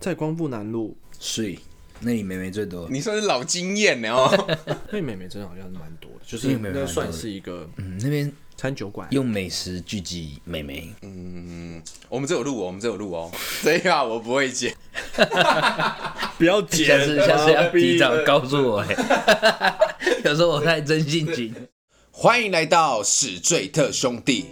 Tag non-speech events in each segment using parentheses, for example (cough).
在光复南路，水那里妹妹最多。你算是老经验了 (laughs) 哦。那美美真的好像是蛮多的，就是那个美美那蛮算多的是一个嗯，那边餐酒馆。用美食聚集妹妹，嗯我们这有录哦，我们这有录哦，这一趴我不会剪。不要下次下次要提早告诉我、欸。 (laughs) 有时候我太真性情。欢迎来到史最特兄弟。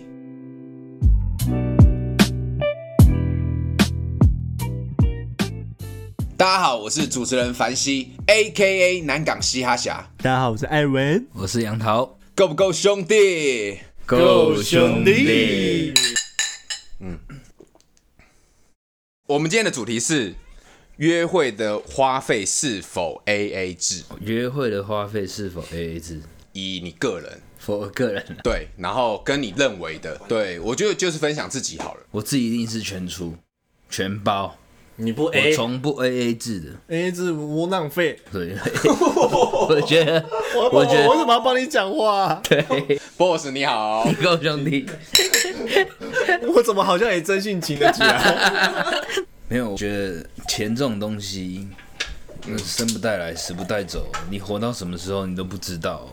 大家好，我是主持人凡西，A.K.A 南港嘻哈侠，大家好，我是艾文，我是杨桃，够不够兄弟？够兄弟。我们今天的主题是约会的花费是否 AA 制？约会的花费是否 AA 制以你个人？for 个人、啊，对，然后跟你认为的，对我觉得就是分享自己好了。我自己一定是全出全包，你不我 A 从不 AA 制的。 A 是窝囊废， (laughs) 对，我觉得，我觉我为得什么要帮你讲话啊？对， Boss 你 (laughs) 好，你够兄弟。我怎么好像也真性情的起啊 (laughs) 来？没有，我觉得钱这种东西，嗯，生不带来，死不带走，你活到什么时候你都不知道，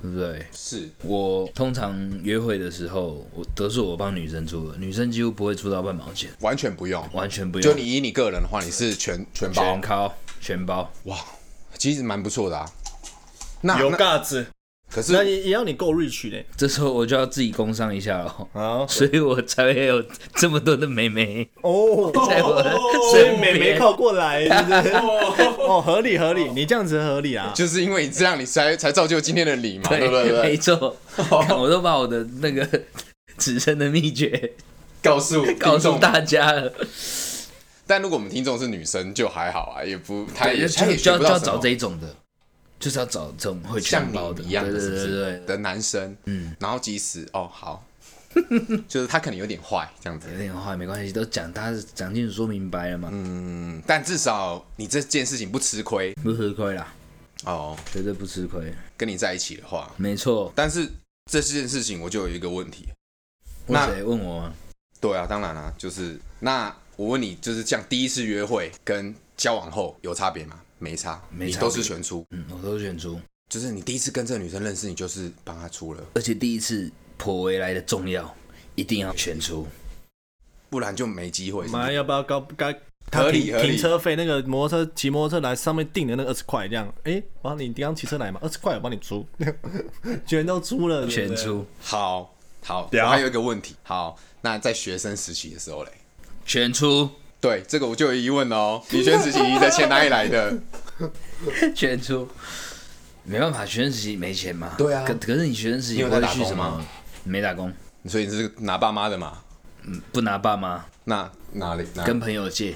对不对？是我通常约会的时候，我都是我帮女生出的，女生几乎不会出到半毛钱，完全不用。完全不用，就你以你个人的话，你是全全包全靠全包。哇，其实蛮不错的啊。那有那架子，可是那也也要你够 rich 嘞。这时候我就要自己工商一下了，啊所以我才会有这么多的妹妹哦， (laughs) 在我的所以身美眉边。靠过来，是不 (laughs) 是？哦，合理合理，你这样子合理啊。就是因为你这样，你才才造就今天的你嘛，啊对不没对？ (laughs) 错，看我都把我的那个 (laughs) 此生的秘诀告诉 (laughs) 告听诉众，大家了。但如果我们听众是女生就还好啊，也不她对也就她也就学要不就到要什找么这一种的，就是要找这种会像全包的，你一样的，对是对不对是对，的男生？嗯，然后即使哦 (laughs) 好，就是他可能有点坏这样子，有点话没关系，都讲他讲清楚说明白了嘛，嗯，但至少你这件事情不吃亏不吃亏啦，哦，绝对不吃亏，跟你在一起的话，没错。但是这件事情我就有一个问题，问那谁问我吗？对啊，当然啦、就是那我问你，就是这样，第一次约会跟交往后有差别吗？没差，没你差都别是全出，嗯，我都选出，就是你第一次跟这个女生认识，你就是帮她出了，而且第一次颇为来的重要，一定要选出。不然就没机会。是不妈，是要不要高该合理停合理停车费那个摩托车骑摩托车来上面订的那个二十块这样，哎、我帮你刚骑车来嘛，二十块我帮你出， (laughs) 全都出了，对 (laughs) 不全对。出，好好，我聊还有一个问题，好，那在学生时期的时候嘞，全出，对这个我就有疑问了哦，你学生时期的钱哪里来的？ (laughs) 全出，没办法，学生时期没钱嘛。对啊可可是你学生时你期有不在会打去工什么吗？没打工，所以你是拿爸妈的嘛？不拿爸妈，那哪里？哪跟朋友借。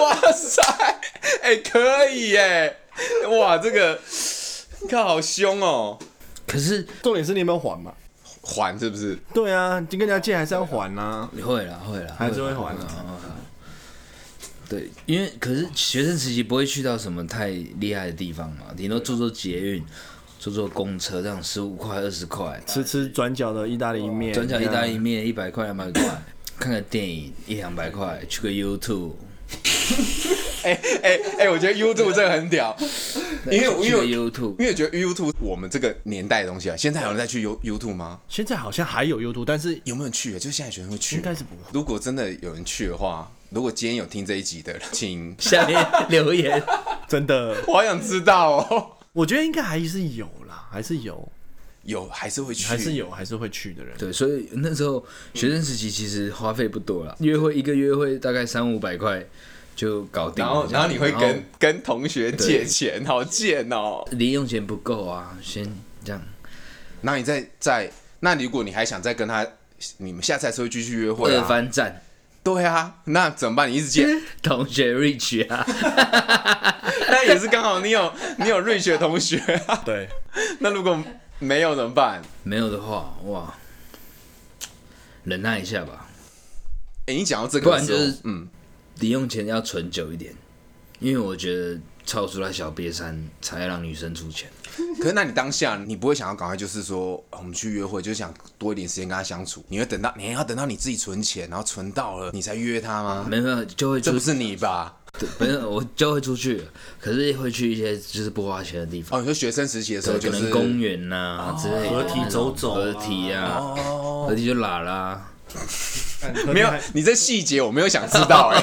哇塞， (laughs) 哎、可以耶！哇，这个你看好凶哦，可是重点是你有没有还嘛？还是不是？对啊，你跟人家借还是要还啊。会啦，会啦，还是会还啦。啦对，因为可是学生时期不会去到什么太厉害的地方嘛，顶多坐坐捷运、坐坐公车，这样十五块、二十块，啊吃吃转角的意大利面，转角意大利面一百块、两百块，看个电影一两百块，去个 YouTube，哎哎哎，我觉得 YouTube 这个很屌，因为我去因个为我 YouTube，因为觉得 YouTube 我们这个年代的东西啊，现在有人在去 You YouTube 吗？现在好像还有 YouTube，但是有没有人去？啊就是现在学生会去应吗？该是不会。如果真的有人去的话，如果今天有听这一集的人， (laughs) 请下面留言，真的，我好想知道哦，我觉得应该还是有啦，还是有，有还是会去，还是有，还是会去的人。对，所以那时候学生时期其实花费不多啦，约会一个约会大概三五百块就搞定然了后这然样后你会然跟跟同学借钱，好贱哦。零用钱不够啊，先这样。然后你再再，那如果你还想再跟他，你们下次还是会继续约会二啊？番站，对啊，那怎么办？你一直借， (laughs) 同学 Rich 啊，那也是刚好你有你有瑞雪同学啊。 (laughs) 对，那如果没有怎么办？没有的话，哇，忍耐一下吧，哎、你讲到这不个的然时候，就是嗯，零用钱要存久一点，因为我觉得超出来小瘪三才让女生出钱。可是那你当下你不会想要赶快就是说哦我们去约会，就是想多一点时间跟他相处，你会等到你要等到你自己存钱，然后存到了你才约他吗？没有没有，就会这出不，是你吧？不是我就会出去，可是会去一些就是不花钱的地方，哦，你说学生时期的时候对，就可是能公园呐之类的，合体走走啊合体啊，合体就喇啦， (laughs) 没有，你这细节我没有想知道哎、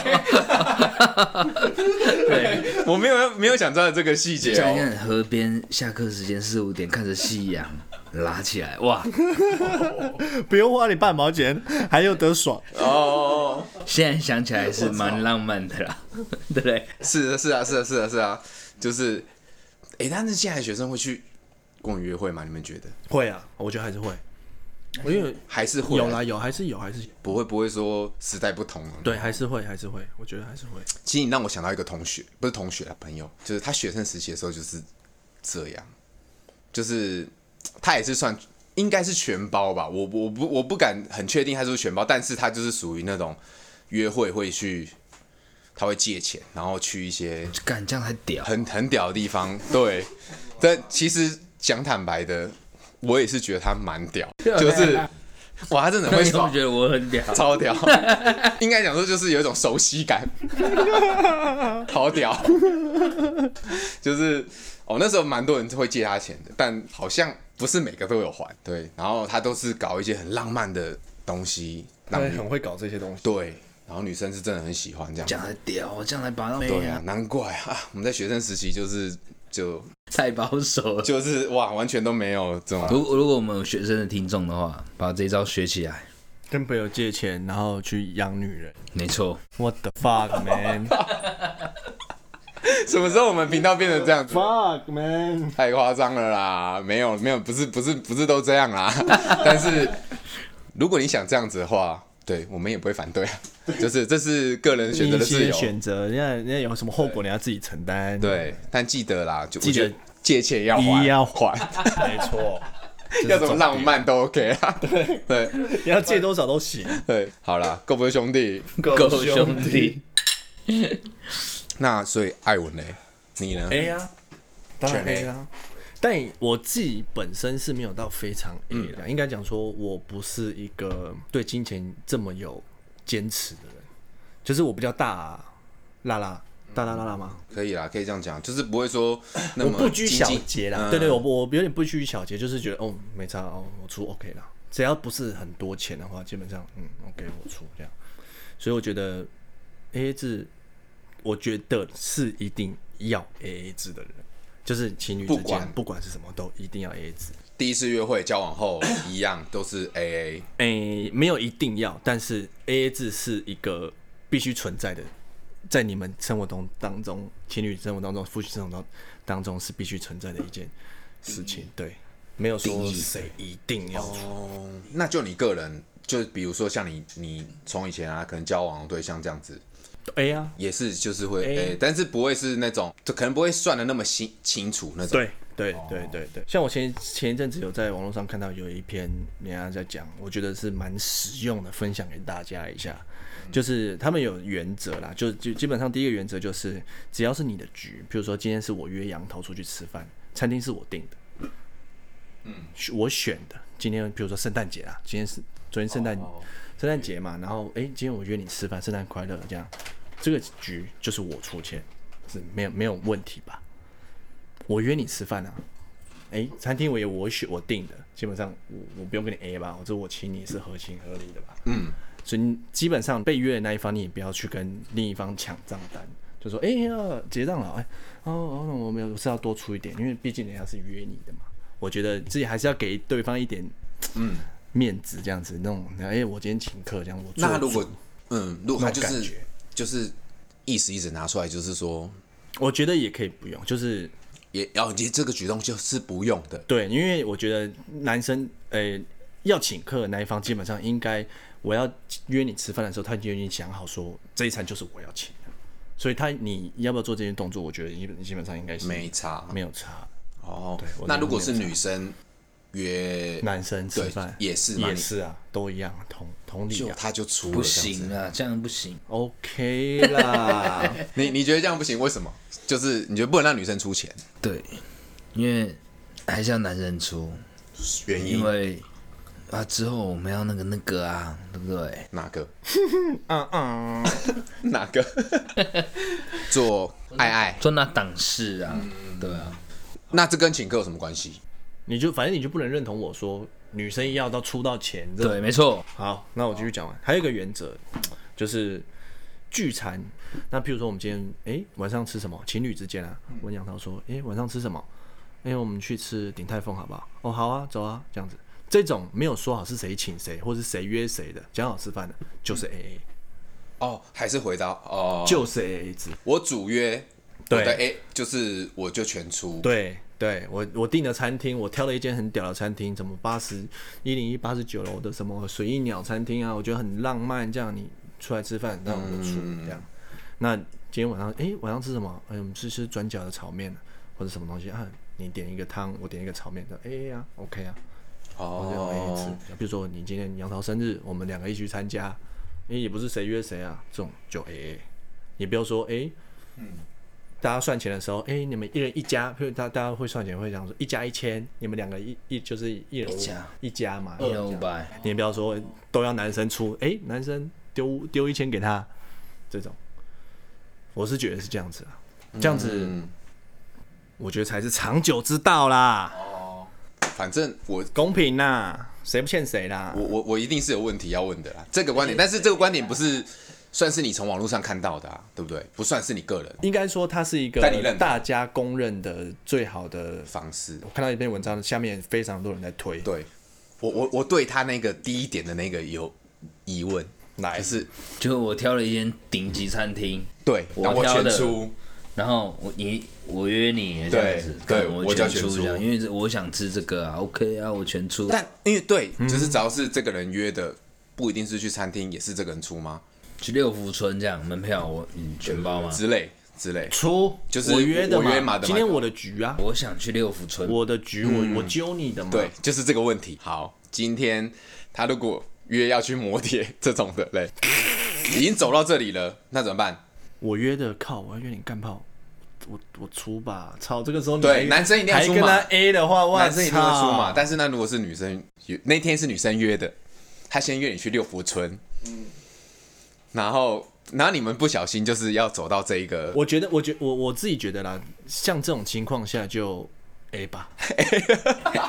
对，我没有没有想知道这个细节在哦。看河边下课时间四五点看着夕阳拉起来，哇，不用花你半毛钱， (laughs) 还有得爽。哦，现在想起来是蛮浪漫的啦， (laughs) 对不对？是啊，是啊，是啊，是啊，是啊，就是，哎、但是现在学生会去公园约会吗？你们觉得会啊，我觉得还是会，我因为还是会有啦，有还是有，还是不会不会说时代不同了。对，还是会，还是会，我觉得还是会。其实你让我想到一个同学，不是同学啊，朋友，就是他学生时期的时候就是这样，就是他也是算应该是全包吧，我我不我不敢很确定他是不是全包，但是他就是属于那种约会会去，他会借钱，然后去一些干这样才屌，很很屌的地方，对，但其实讲坦白的，我也是觉得他蛮屌，就是哇，他真的很那会你会耍觉得我很屌？ (laughs) 超屌，应该讲说就是有一种熟悉感，好屌，就是哦那时候蛮多人会借他钱的，但好像不是每个都有还，对，然后他都是搞一些很浪漫的东西，让女会搞这些东西。对，然后女生是真的很喜欢这样这子，样才屌，我这样才把到妹对啊啊，，难怪啊，我们在学生时期就是就太保守了。就是哇，完全都没有这种， (laughs) 如如果我们有学生的听众的话，把这一招学起来，跟朋友借钱，然后去养女人。没错， What the fuck man? 什么时候我们频道变成这样 (laughs) 子？fuck man？太夸张了啦！没有没有，不是不是不是都这样啦。 (laughs) 但是如果你想这样子的话，对我们也不会反对啊。就是这是个人选你择的自先由，选择，人家人家有什么后果，你要自己承担。，对。但记得啦，就记得我觉借钱要一还，要还， (laughs) 没错，要怎么浪漫都 OK 啦。对 (laughs) 对你 (laughs) 要借多少都行。对，好啦，够不够兄弟？够兄弟。那所以艾文嘞，你呢？ A 啊，当然全 A A 啦。但我自己本身是没有到非常 A 嗯的，应该讲说我不是一个对金钱这么有坚持的人，就是我比较大辣辣大辣辣辣吗？可以啦，可以这样讲，就是不会说那我么不拘斤小斤节啦，嗯对对，我我有点不拘小节，就是觉得哦没差哦，我出 OK 啦，只要不是很多钱的话，基本上嗯 OK 我出这样，所以我觉得 AA 制，我觉得是一定要 AA 制的人，就是情侣之不间管不管是什么都一定要 AA 制，第一次约会、交往后一样都是 AA。诶、没有一定要，但是 AA 制是一个必须存在的，在你们生活中当中，情侣生活当中、夫妻生活当当中是必须存在的一件事情。对，没有说谁一定要哦出。那就你个人，就比如说像你，你从以前啊，可能交往的对象这样子， A 啊，也是就是会，哎哎、但是不会是那种，就可能不会算的那么清清楚那种。，哦对对对对对，像我前前一阵子有在网络上看到有一篇人家在讲，我觉得是蛮实用的，分享给大家一下。嗯就是他们有原则啦，就就基本上第一个原则就是，只要是你的局，比如说今天是我约羊头出去吃饭，餐厅是我定的，嗯，我选的。今天比如说圣诞节啦，今天是昨天圣哦诞圣诞节嘛，然后诶，今天我约你吃饭，圣诞快乐这样，这个局就是我出钱，是没有没有问题吧？我约你吃饭啊，哎、餐厅我也我选我定的，基本上我我不用跟你 A 吧，我这我请你是合情合理的吧？嗯，所以你基本上被约的那一方，你也不要去跟另一方抢账单，就说哎呀、结账了，哎、哦哦那我没有我是要多出一点，因为毕竟人家是约你的嘛，我觉得自己还是要给对方一点嗯面子这样子，那种哎、我今天请客这样，我做那如主果，嗯，如果他就那种感是觉就是意思一直拿出来，就是说，我觉得也可以不用，就是也要、你这个举动就是不用的。对，因为我觉得男生，呃、要请客的那一方基本上应该，我要约你吃饭的时候，他就已经想好说这一餐就是我要请的，所以他你要不要做这些动作，我觉得基本基本上应该是没差没有差。哦对我。那觉得如果没有是差女生，约男生吃对饭也是嘛也你是啊，都一样，同同理就啊他就出了不这样子欸行啊，这样不行。 ，OK (laughs) 啦，你你觉得这样不行？为什么？就是你觉得不能让女生出钱，对，因为还是要男人出，原因因为啊之后我们要那个那个啊，对不对？哪个？ (laughs) 嗯嗯， (laughs) 哪个？ (laughs) 做爱爱？做那档事啊，对啊，那这跟请客有什么关系？你就反正你就不能认同我说女生要到出到钱这种对，没错，好，那我继续讲完。还有一个原则就是聚餐。那譬如说，我们今天诶晚上吃什么？情侣之间啊，我跟杨涛说，诶晚上吃什么？哎、我们去吃鼎泰丰好不好？哦，好啊，走啊，这样子。这种没有说好是谁请谁，或是谁约谁的，讲好吃饭的，就是 A A，、哦，还是回到哦，就是 A A 制。我主约，对我的 A 就是我就全出，对，对我我订的餐厅，我挑了一间很屌的餐厅，什么八十一零一八十九楼的什么水翼鸟餐厅啊，我觉得很浪漫。这样你出来吃饭，那我就出、这样。那今天晚上，诶，晚上吃什么？哎、我们吃吃转角的炒面啊或者什么东西啊？你点一个汤，我点一个炒面的，哎、呀、o k 啊，我就 A A 制哦，。比如说你今天杨桃生日，我们两个一起去参加，哎、也不是谁约谁啊，这种就 A A，你不要说哎、嗯大家算钱的时候，哎、你们一人一家，譬如大大家会算钱会讲说一家一千，你们两个一一就是一人一家一家嘛，一人五百。你也不要说都要男生出，哎、男生丢丢一千给他，这种，我是觉得是这样子啊，这样子、嗯我觉得才是长久之道啦，反正我公平啦，谁不欠谁啦我。我我一定是有问题要问的啦，这个观点，但是这个观点不是算是你从网络上看到的、啊，对不对？不算是你个人应该说它是一个但你认同大家公认的最好的。方式。我看到一篇文章，下面非常多人在推，对我我我对他那个第一点的那个有疑问，来就是就我挑了一间顶级餐厅，对，我那我挑全的出，然后我你我约你这样子，对干对我我叫全出全出这样，因为这我想吃这个啊，OK 啊，我全出。但因为对，嗯就是只要是这个人约的，不一定是去餐厅，也是这个人出吗？去六福村这样，门票我你全包吗？之类之类。出就是我约的我约马德玛嗯今天我的局啊，我想去六福村，我的局，我我揪你的嘛，对，就是这个问题。好，今天他如果约要去摩铁 (laughs) 这种的嘞，已经走到这里了，那怎么办？我约的靠，我要约你干炮，我我出吧，操，这个时候你对还男生一定要出还跟嘛他 A 的话，哇，男生一定会出嘛。操但是那如果是女生约，那天是女生约的，她先约你去六福村，嗯然后然后你们不小心就是要走到这一个，我觉得，我觉我我自己觉得啦，像这种情况下就 A (laughs) 吧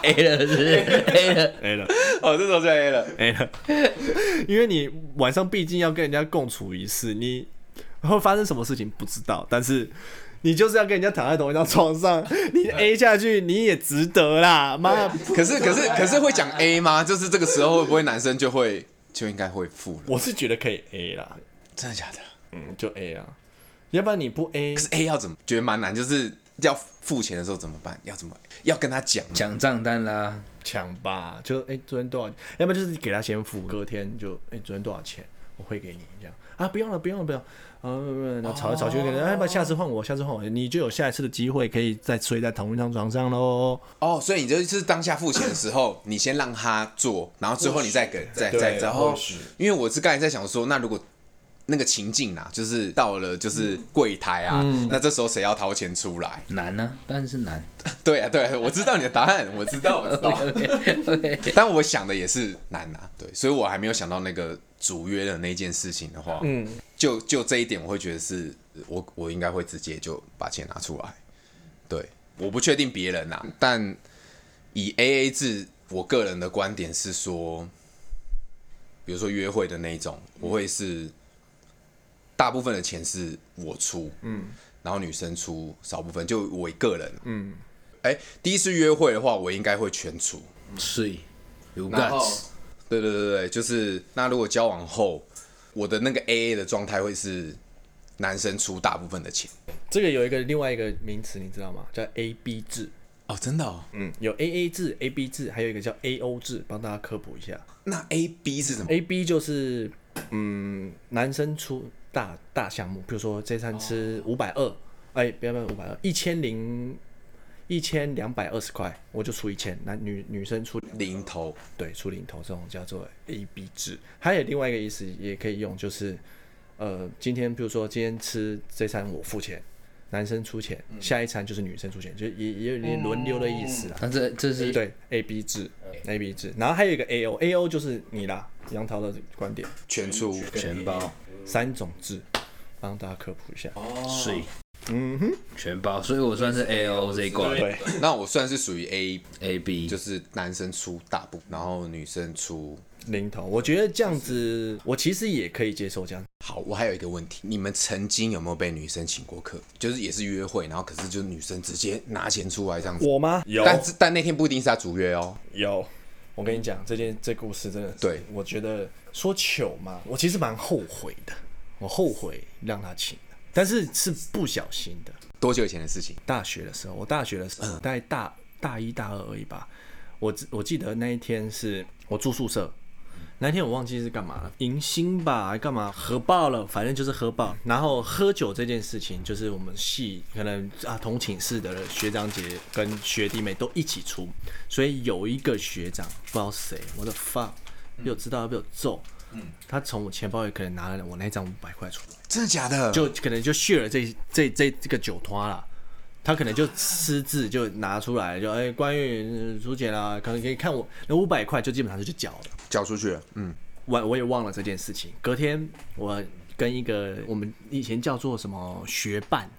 A 了是不是 A 了， ，A 了。哦，这时候就 A 了。没了，哎 (laughs) 因为你晚上毕竟要跟人家共处一室，你会发生什么事情不知道，但是你就是要跟人家躺在同一张床上，你 A 下去你也值得啦，妈，可是可是可是会讲 A 吗？就是这个时候会不会男生就会就应该会付了？我是觉得可以 A 啦，真的假的？嗯，就 A 啊，要不然你不 A，可是 A 要怎么？觉得蛮难，就是要付钱的时候怎么办？要怎么要跟他讲吗？讲账单啦，抢吧，就哎、昨天多少，要不然就是给他先付，隔天就哎、昨天多少钱，我汇给你这样啊，不用了不用了不用了，啊不不不然后吵来吵去，可能哎不下次换我，下次换我，你就有下一次的机会可以再睡在同一张床上喽。哦，所以你就是当下付钱的时候， (coughs) 你先让他做，然后最后你再给，再对再然后或许，因为我是刚才在想说，那如果那个情境啊，就是到了就是柜台啊，嗯那这时候谁要掏钱出来？难呢、啊，当然是 (laughs) 难。对啊，对啊，我知道你的答案，我知道，我知道， (laughs) 但我想的也是难啊，对，所以我还没有想到那个主约的那件事情的话，嗯，就就这一点，我会觉得是我我应该会直接就把钱拿出来，对，我不确定别人啊，但以 A A 制，我个人的观点是说，比如说约会的那一种，我会是大部分的钱是我出，嗯，然后女生出少部分，就我个人，嗯，哎、第一次约会的话，我应该会全出，睡，有然后 guts，对对对对，就是那如果交往后，我的那个 A A 的状态会是男生出大部分的钱这个有一个另外一个名词，你知道吗？叫 A B 制。哦，真的哦，嗯，有 A A 制、A B 制，还有一个叫 A O 制，帮大家科普一下。那 A B 是什么？ A B 就是嗯，男生出大大项目，比如说这餐吃五百二，哎，不要不要五百二，一千零一千两百二十块，我就出一千，男女女生出零头，对，出零头这种叫做 A B 制。还有另外一个意思也可以用，就是呃，今天比如说今天吃这餐我付钱，男生出钱，下一餐就是女生出钱，就也也有点轮流的意思啦。那这这是对 A B 制，A B 制，然后还有一个 A O A O 就是你啦，杨桃的观点，全出全包三种制，帮大家科普一下。水，嗯哼，全包，所以我算是 A O 这一挂对，那我算是属于 A， A B，就是男生出大部，然后女生出。零头，我觉得这样子，我其实也可以接受这样。好，我还有一个问题，你们曾经有没有被女生请过客？就是也是约会，然后可是就是女生直接拿钱出来这样子。我吗？有但是但那天不一定是她主约哦。有，我跟你讲，这件这故事真的是，对我觉得说糗嘛，我其实蛮后悔的，我后悔让他请的，但是是不小心的。多久以前的事情？大学的时候，我大学的时候，大概大大一大二而已吧。我只我记得那一天是我住宿舍，那天我忘记是干嘛了，迎新吧，干嘛喝爆了，反正就是喝爆。然后喝酒这件事情，就是我们系可能啊同寝室的学长姐跟学弟妹都一起出，所以有一个学长不知道谁，我的 fuck，又知道要被我揍，他从我钱包里可能拿了我那张五百块出来。真的假的？就可能就 share 了这这这这个酒托啦，他可能就私自就拿出来，就哎、关于朱姐啦，可能可以看我那五百块就基本上就去缴了，缴出去了。嗯，我我也忘了这件事情。隔天我跟一个我们以前叫做什么学伴，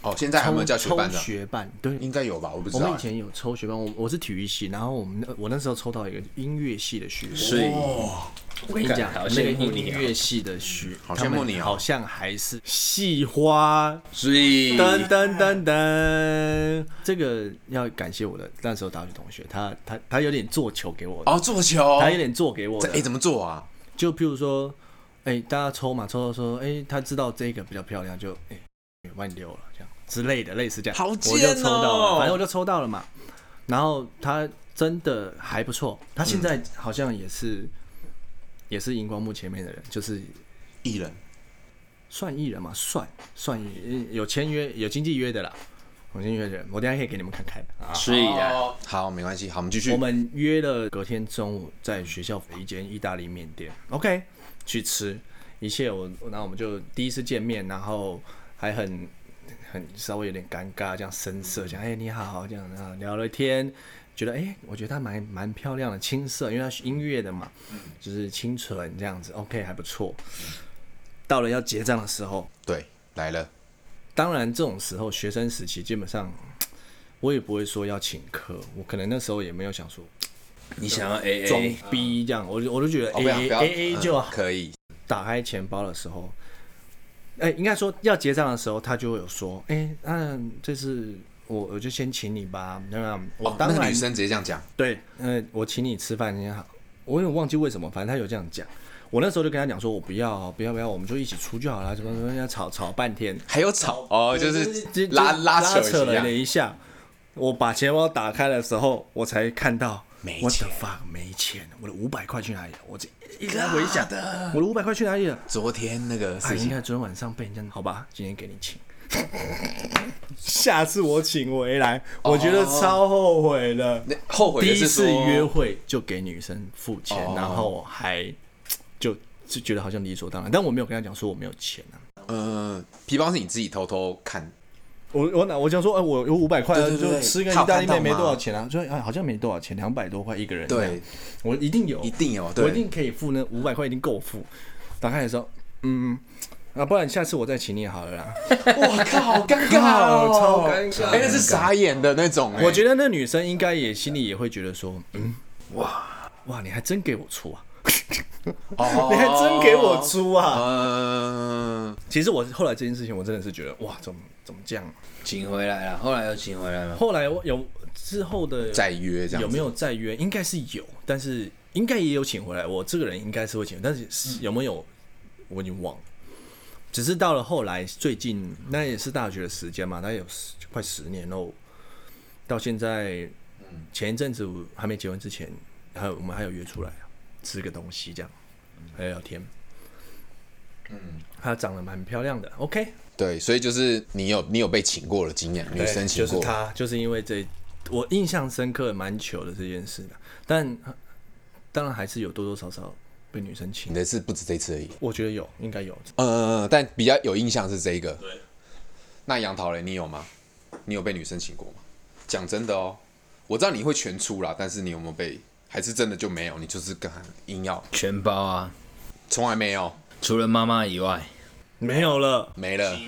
哦，现在还有没有叫学班抽的？学伴对。应该有吧，我不知我道、们以前有抽学伴，我我是体育系，然后我们那我那时候抽到一个音乐系的学生，水，哦我跟你讲，好那羡个慕你音啊乐系的学，好羡慕你啊他们好像还是系花水，噔噔噔噔，这个要感谢我的那时候大学同学，他他他有点做球给我的，哦，做球。他有点做给我这的哎、，怎么做啊？就譬如说，哎、大家抽嘛，抽抽抽，哎、他知道这个比较漂亮，就哎，把你丢了这样之类的，类似这样，好我贱就哦抽到了，反正我就抽到了嘛。然后他真的还不错，他现嗯在好像也是、也是荧光幕前面的人，就是艺人算艺人嘛，算算艺人有签约有经纪约的啦，有经纪约的人，我等一下可以给你们看看。水啊，哦，好，没关系，好，我们继续。我们约了隔天中午在学校的一间意大利面店，OK，去吃。一切我，然后我们就第一次见面，然后还很很稍微有点尴尬，这样生涩，讲哎、你好，这样然后聊了天，觉得哎、我觉得她蛮蛮漂亮的，青涩，因为她是音乐的嘛，就是清纯这样子，OK 还不错。到了要结账的时候，对来了，当然，这种时候学生时期基本上我也不会说要请客，我可能那时候也没有想说你想要 A 装 A，逼这样，我就我就觉得哎哦，不要不 A 要 A A 嗯就可以。打开钱包的时候，哎、应该说要结账的时候，他就会有说，哎、那这次我我就先请你吧，那样我哦，那当个然女生直接这样讲，对，呃，我请你吃饭也好，我有点忘记为什么，反正他有这样讲。我那时候就跟他讲说，我不要，不要，不要，我们就一起出就好了，怎么怎么要吵吵半天。还有吵哦，就就是就拉拉扯一了下了。一下。我把钱包打开的时候，我才看到没我的钱 fuck 没钱，我的五百块去哪里了？我这一直在回想，的，我的五百块去哪里了？昨天那个哎，事应情，该昨天晚上被人家好吧，今天给你请。下次我请回来，我觉得超后悔的。哦那后悔第的一是次说哦约会就给女生付钱，然后还就就觉得好像理所当然，但我没有跟他讲说我没有钱啊。呃，皮包是你自己偷偷看，我我哪我想说，哎、我有五百块啊，对对就对吃个意他有大利面看到没吗多少钱啊，就哎好像没多少钱，两百多块一个人。对这样，我一定有，一定有，我对，一定可以付那五百块，一定够付。打开的时候，嗯，啊，不然下次我再请你好了 (laughs) 啦。我靠，好尴尬靠哦，超尴尬哎，那是傻眼的那种，哎我觉得得那女生应该也心里也会觉得说，嗯，哇哇，你还真给我出啊，哦 (laughs) 你还真给我出啊。嗯，其实我后来这件事情，我真的是觉得，哇，怎么怎么这样？啊请回来了，后来又请回来吗？后来我有之后的再约这样子，有没有再约？应该是有，但是应该也有请回来。我这个人应该是会请，但是是有没有我已经忘了。只是到了后来，最近那也是大学的时间嘛，大概有十快十年喽。到现在，前一阵子我还没结婚之前，还有我们还有约出来啊嗯吃个东西这样，还有聊天。嗯，她长得蛮漂亮的，OK，对，所以就是你有你有被请过的经验，女生请就过，是他，就是因为这我印象深刻蛮久的这件事的，但当然还是有多多少少被女生你请，的是不止这一次而已。我觉得有，应该有。嗯，但比较有印象是这一个。对。那杨桃嘞，你有吗？你有被女生请过吗？讲真的哦，我知道你会全出啦，但是你有没有被？还是真的就没有？你就是跟他硬要，全包啊，从来没有，除了妈妈以外，没有了，没了。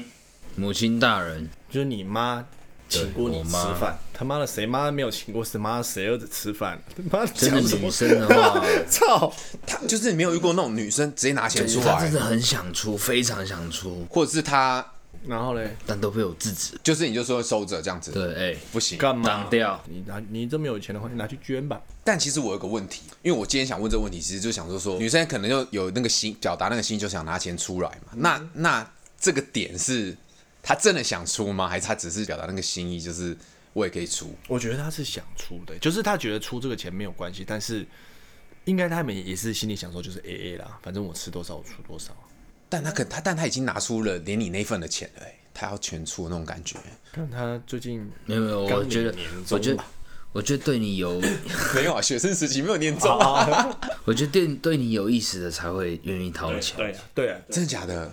母亲大人就是你妈请过你我吃妈饭，他妈的谁妈没有请过？谁妈谁儿子吃饭？他妈真的讲什么女生的话， (laughs) 操！他就是你没有遇过那种女生直接拿钱出她真来，的很想出，非常想出，或者是他然后嘞，但都被我制止。就是你就说收着这样子，对，哎、不行。干嘛挡？掉你拿你这么有钱的话，你拿去捐吧。但其实我有个问题，因为我今天想问这个问题，其实就想说说，女生可能就有那个心，表达那个心，就想拿钱出来嘛。那那这个点是她真的想出吗？还是她只是表达那个心意，就是我也可以出？我觉得他是想出的，就是他觉得出这个钱没有关系，但是应该他们也是心里想说就是 A A 啦，反正我吃多少我出多少。但她可她但她已经拿出了连你那份的钱了、欸，她要全出的那种感觉，看他最近没有没有，我觉得刚领年，终我觉得吧，我觉得对你有， (laughs) 没有啊，学生时期没有念中啊，我觉得对对你有意思的才会愿意掏钱。对啊对啊，真的假的？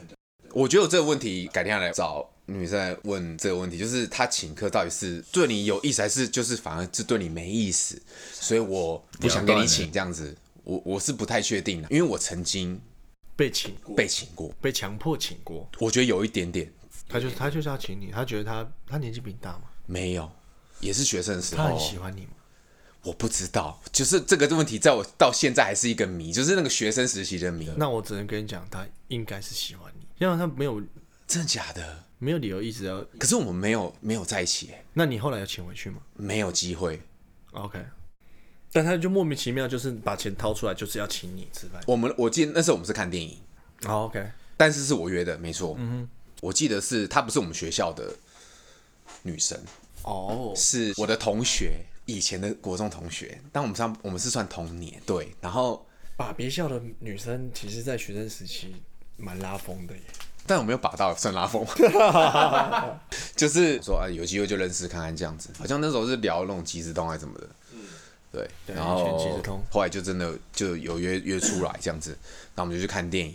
我觉得我这个问题改天要来找女生来问这个问题，就是她请客到底是对你有意思，还是就是反而是对你没意思，所以我不想给你请这样子。我我是不太确定的，因为我曾经被请过，被请过，被强迫请过，我觉得有一点点他就是他就是要请你，他觉得他他年纪比你大嘛，没有，也是学生的时他很候，喜欢你嘛。我不知道，就是这个问题在我到现在还是一个谜，就是那个学生时期的谜，那我只能跟你讲，他应该是喜欢你，要不然他没有真的假的？没有理由一直要。可是我们没有没有在一起，欸那你后来有请回去吗没有机会。 ？OK，但他就莫名其妙就是把钱掏出来，就是要请你吃饭。我们我记得那时候我们是看电影，好哦 OK，但是是我约的，没错。我记得是她不是我们学校的女生，哦，是我的同学，以前的国中同学。但我们上我们是算同年，对。然后，把啊别校的女生，其实在学生时期蛮拉风的耶。但我没有把到算拉风， (laughs) 就是说啊，有机会就认识看看这样子。好像那时候是聊那种即时通还是什么的。对，对然以前后即时通后来就真的就有约约出来这样子，然后我们就去看电影，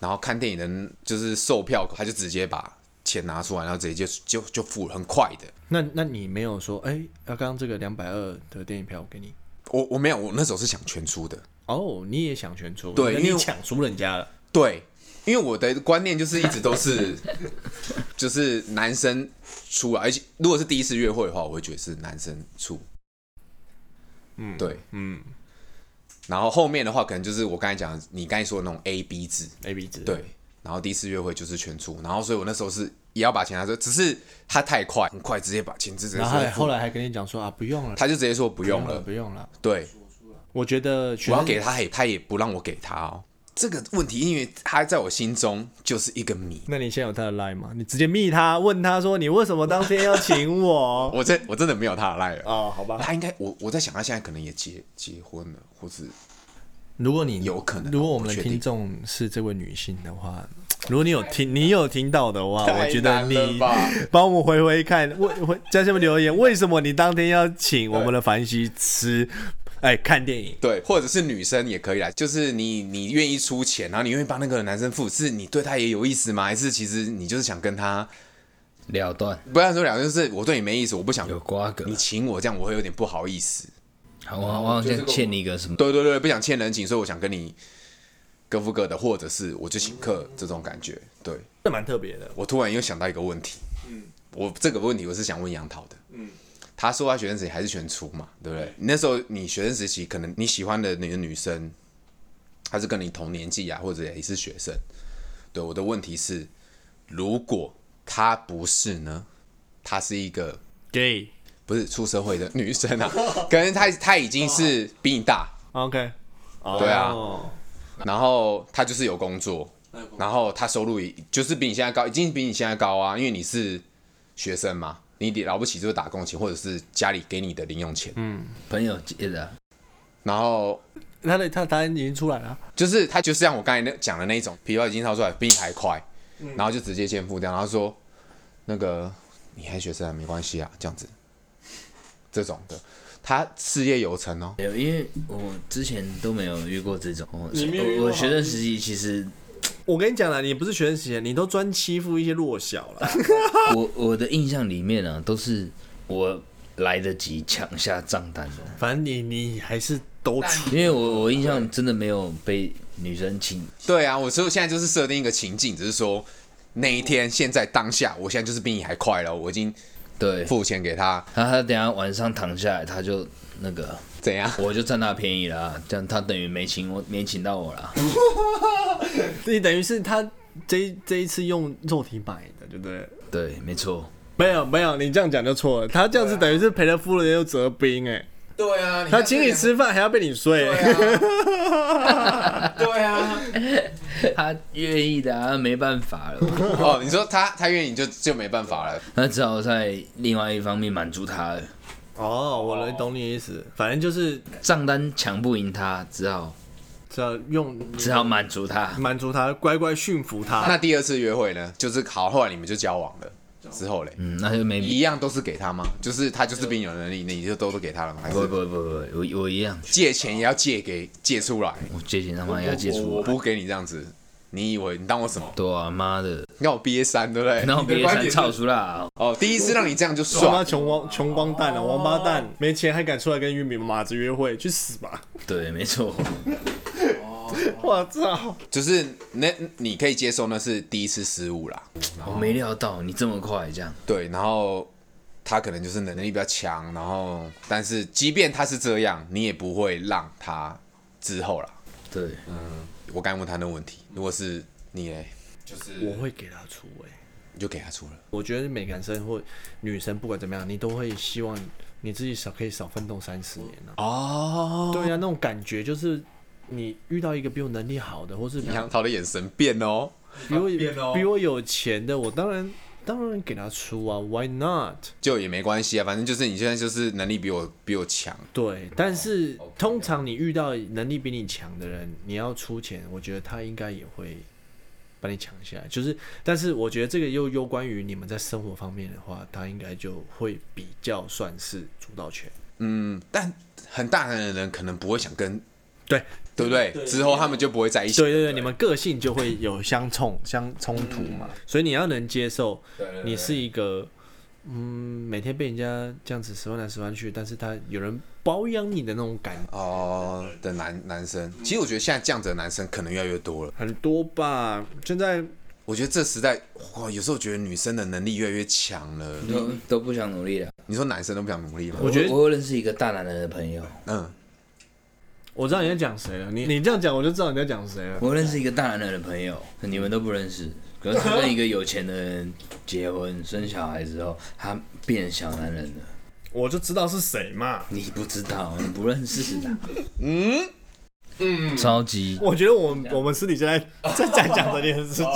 然后看电影的，就是售票，他就直接把钱拿出来，然后直接就就就付了，很快的，那那你没有说，哎、那刚刚这个两百二的电影票我给你。我我没有，我那时候是想全出的。哦，你也想全出，对那因为你抢输人家了。对，因为我的观念就是一直都是，就是男生出来，而且如果是第一次约会的话，我会觉得是男生出。嗯对，嗯然后后面的话可能就是我刚才讲的，你刚才说的那种 A B 制， ，A B 制。对。然后第一次约会就是全出，然后所以我那时候是也要把钱拿出来，只是他太快，很快直接把钱直接然后还付后，来还跟你讲说啊，不用了，他就直接说不不用了不，用了。对，我觉得学我要生给他也他也不让我给他哦。这个问题，因为他在我心中就是一个谜，那你现在有他的 line 吗？你直接密他，问他说你为什么当天要请我？ (laughs) 我真我真的没有他的赖了。哦，好吧。他应该，我我在想，他现在可能也结结婚了，或是如果你有可能啊如果我们我不的确定听众是这位女性的话，如果你有听，你有听到的话，我觉得 (laughs) 太难了你吧 (laughs) 帮我们回回看，为回在下面留言，为什么你当天要请我们的凡西吃？哎，看电影，对，或者是女生也可以啦。就是你你愿意出钱，然后你愿意帮那个男生付，是你对他也有意思吗？还是其实你就是想跟他，了断不要说两个，就是我对你没意思，我不想有瓜葛你，请我这样，我会有点不好意思。好，我我好像欠你一个什么？对对对，不想欠人情，所以我想跟你各付各的，或者是我就请客这种感觉。对这蛮特别的。我突然又想到一个问题，我这个问题我是想问杨桃的，他说他学生时期还是全出嘛，对不对？你那时候你学生时期可能你喜欢的你的女生，她是跟你同年纪啊，或者也是学生。对，我的问题是，如果她不是呢？她是一个 gay，OK，、不是出社会的女生啊，可能她她已经是比你大，对啊哦然后她就是有工作，然后她收入也就是比你现在高，已经比你现在高啊，因为你是学生嘛，你了不起就是打工钱，或者是家里给你的零用钱，朋友借的啊、然后他的他答案已经出来了，就是他就是像我刚才那讲的那一种，皮包已经掏出来比你还快，然后就直接先付掉，然后说那个你还学生啊，没关系啊，这样子，这种的，他事业有成哦，有，因为我之前都没有遇过这种。我你没有遇过我我学生时期其实我跟你讲了，你不是学生时期，你都专欺负一些弱小了。 (laughs) 我我的印象里面啊，都是我来得及抢下账单的，反正你你还是都出，因为我我印象真的没有被女生请。对啊，我所以我现在就是设定一个情境，只是说那一天现在当下，我现在就是比你还快了，我已经对，付钱给他，然后他等一下晚上躺下来，他就那个，怎样？我就占他便宜啦，这样他等于没请我，没请到我啦。你等于是他这一这一次用肉体买的，对不对？对，没错，没有没有，你这样讲就错了。他这样子等于是赔了夫人又折兵哎、对啊，他请你，吃饭还要被你睡、对啊，他愿意的、啊，没办法了，哦，你说他他愿意就就没办法了，那只好在另外一方面满足他了。哦，我能懂你的意思，反正就是账单抢不赢他，只好只要用只好满足他。满足他，乖乖驯服他。那第二次约会呢？就是好，后来你们就交往了，之后嘞，嗯，那就没一样都是给他吗？就是他就是比你有能力，你就都都给他了吗？还不是不不不，我我一样，借钱也要借给借出来？我借钱他妈要借我出我来。不给你这样子，你以为你当我什么？对啊，妈的，你看我憋三，对不 (laughs) 对？那我别你想的观点是操出来啊！哦，第一次让你这样 (laughs) 就他妈爽，穷光穷光蛋了，王八蛋，没钱还敢出来跟玉米马子约会，去死吧！对，没错，我操！就是那你可以接受那是第一次失误啦，我哦没料到你这么快这样。对，然后他可能就是能力比较强，然后但是即便他是这样，你也不会让他之后啦。对，我刚才问他那个问题，如果是你嘞，就是我会给他出哎、你就给他出了。我觉得每个男生或女生不管怎么样，你都会希望你自己少可以少奋斗三十年呢、哦，对啊，那种感觉就是你遇到一个比我能力好的，或是比杨桃的眼神变哦，比我比我有钱的，我当然当然给他出啊，Why not？就也没关系啊，反正就是你现在就是能力比我比我强，对，但是通常你遇到能力比你强的人，你要出钱，我觉得他应该也会把你抢下来。就是，但是我觉得这个又攸关于你们在生活方面的话，他应该就会比较算是主导权。嗯，但很大胆的人可能不会想跟，对，对不对？之后他们就不会在一起。对对对，你们个性就会有相冲、相冲突嘛，所以你要能接受，你是一个嗯，每天被人家这样子十万来十万去，但是他有人包养你的那种感觉，哦的男男生，其实我觉得现在这样子的男生可能越来越多了。很多吧。现在我觉得这时代，哇，有时候觉得女生的能力越来越强了。都都不想努力了。你说男生都不想努力吗？我觉得我有认识一个大男人的朋友，嗯，我知道你在讲谁了，你你这样讲我就知道你在讲谁了。我认识一个大男人的朋友，你们都不认识。可是他跟一个有钱的人结婚生小孩之后，他变小男人了。我就知道是谁嘛。你不知道，你不认识的。嗯嗯，超级我觉得我们我们私底下在在在讲这件事情，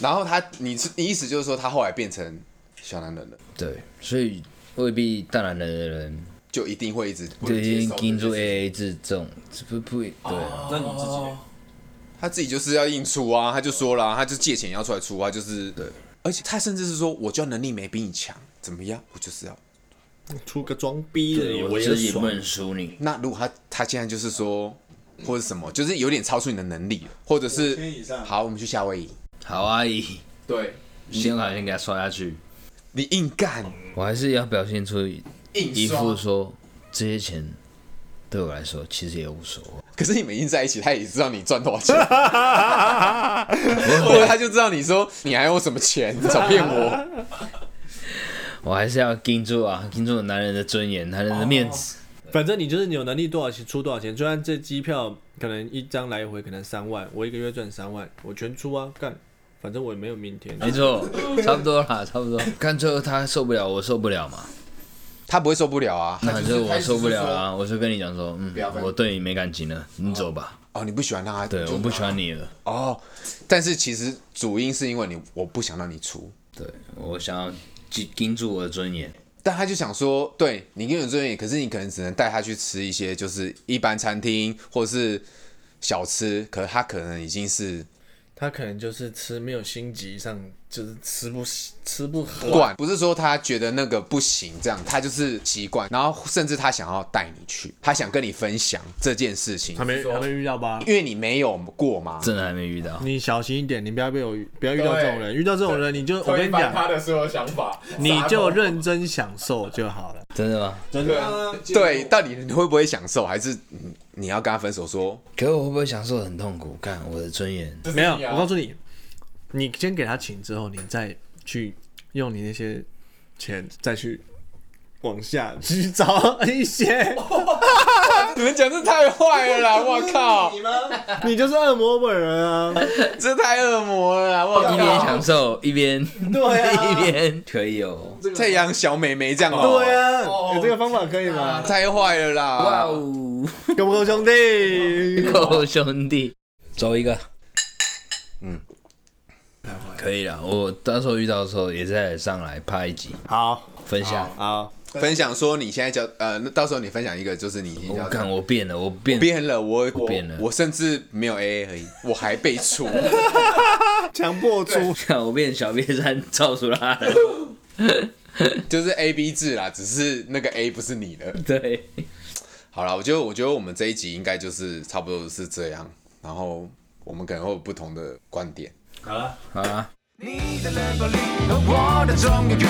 然后他，你是你意思就是说他后来变成小男人了，对，所以未必大男人的人就一定会一直不就能接已受经盯住 AA 制这种，这不不对，那你自己他自己就是要硬出啊，他就说了啊、他就借钱要出来出啊，就是对，而且他甚至是说，我就要能力没比你强，怎么样，我就是要。出个装逼对的，我也自己不爽。能输你。那如果他他现在就是说，或者什么，就是有点超出你的能力了，或者是好，我们去夏威夷，好阿姨，对信用卡先给他刷下去。你硬干，我还是要表现出一硬副刷。说这些钱对我来说其实也无所谓。可是你们已经在一起，他也知道你赚多少 (laughs) 钱，或者他就知道你说你还有什么钱，你少骗我。我还是要盯住啊，盯住男人的尊严，男人的面子。反正你就是你有能力多少钱出多少钱，就算这机票可能一张来回可能三万，我一个月赚三万，我全出啊，干，反正我也没有明天。没错，差不多啦，差不多。看最后他受不了，我受不了嘛，他不会受不了啊，那就我受不了啊，我就跟你讲说，嗯，我对你没感情了，你走吧。哦，你不喜欢让他，对，我不喜欢你了。哦，但是其实主因是因为你，我不想让你出，对，我想要记盯住我的尊严。但他就想说，对你跟有尊严，可是你可能只能带他去吃一些就是一般餐厅或者是小吃，可他可能已经是他可能就是吃没有星级上，就是吃不吃不惯。惯，不是说他觉得那个不行这样，他就是习惯，然后甚至他想要带你去，他想跟你分享这件事情还，没还没遇到吧？因为你没有过嘛，真的还没遇到。你小心一点，你不要被我不要遇到这种人，对遇到这种人你就我跟你推翻讲，他的所有想法，你杀就头认真享受就好了。真的吗？真对啊，对，到底你会不会享受，还是你你要跟他分手说，可是我会不会享受得很痛苦？看我的尊严，这是没有，你啊我告诉你，你先给他请之后，你再去用你那些钱再去往下去找一 (laughs) 些，你们讲这太坏了啦，我靠，你吗？你就是恶魔本人啊！这太恶魔了啦，我一边靠，享受一边对 (laughs) 一啊，边可以哦。这个太阳小美眉这样哦，对啊，哦有、这个方法可以吗？太坏了哇啦，哦，啊够不够兄弟？够兄弟，走一个。嗯，可以了。我到时候遇到的时候也再上来拍一集哦好分享。好，分享说你现在交呃，那到时候你分享一个就是你已经我交看我变了，我变变了，我我变了我甚至没有 AA 而已， (laughs) 我还被出。 (laughs) 强迫出看 (laughs) 我变小瘪三造出来了。就是 A B 制啦，只是那个 A 不是你的。对，好啦，我觉得我觉得我们这一集应该就是差不多是这样，然后我们可能会有不同的观点。好了。好啊，你的冷暴力和我的纵欲，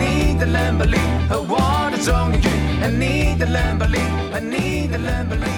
你的冷暴力和我的纵欲，你的冷暴力和你的冷暴力。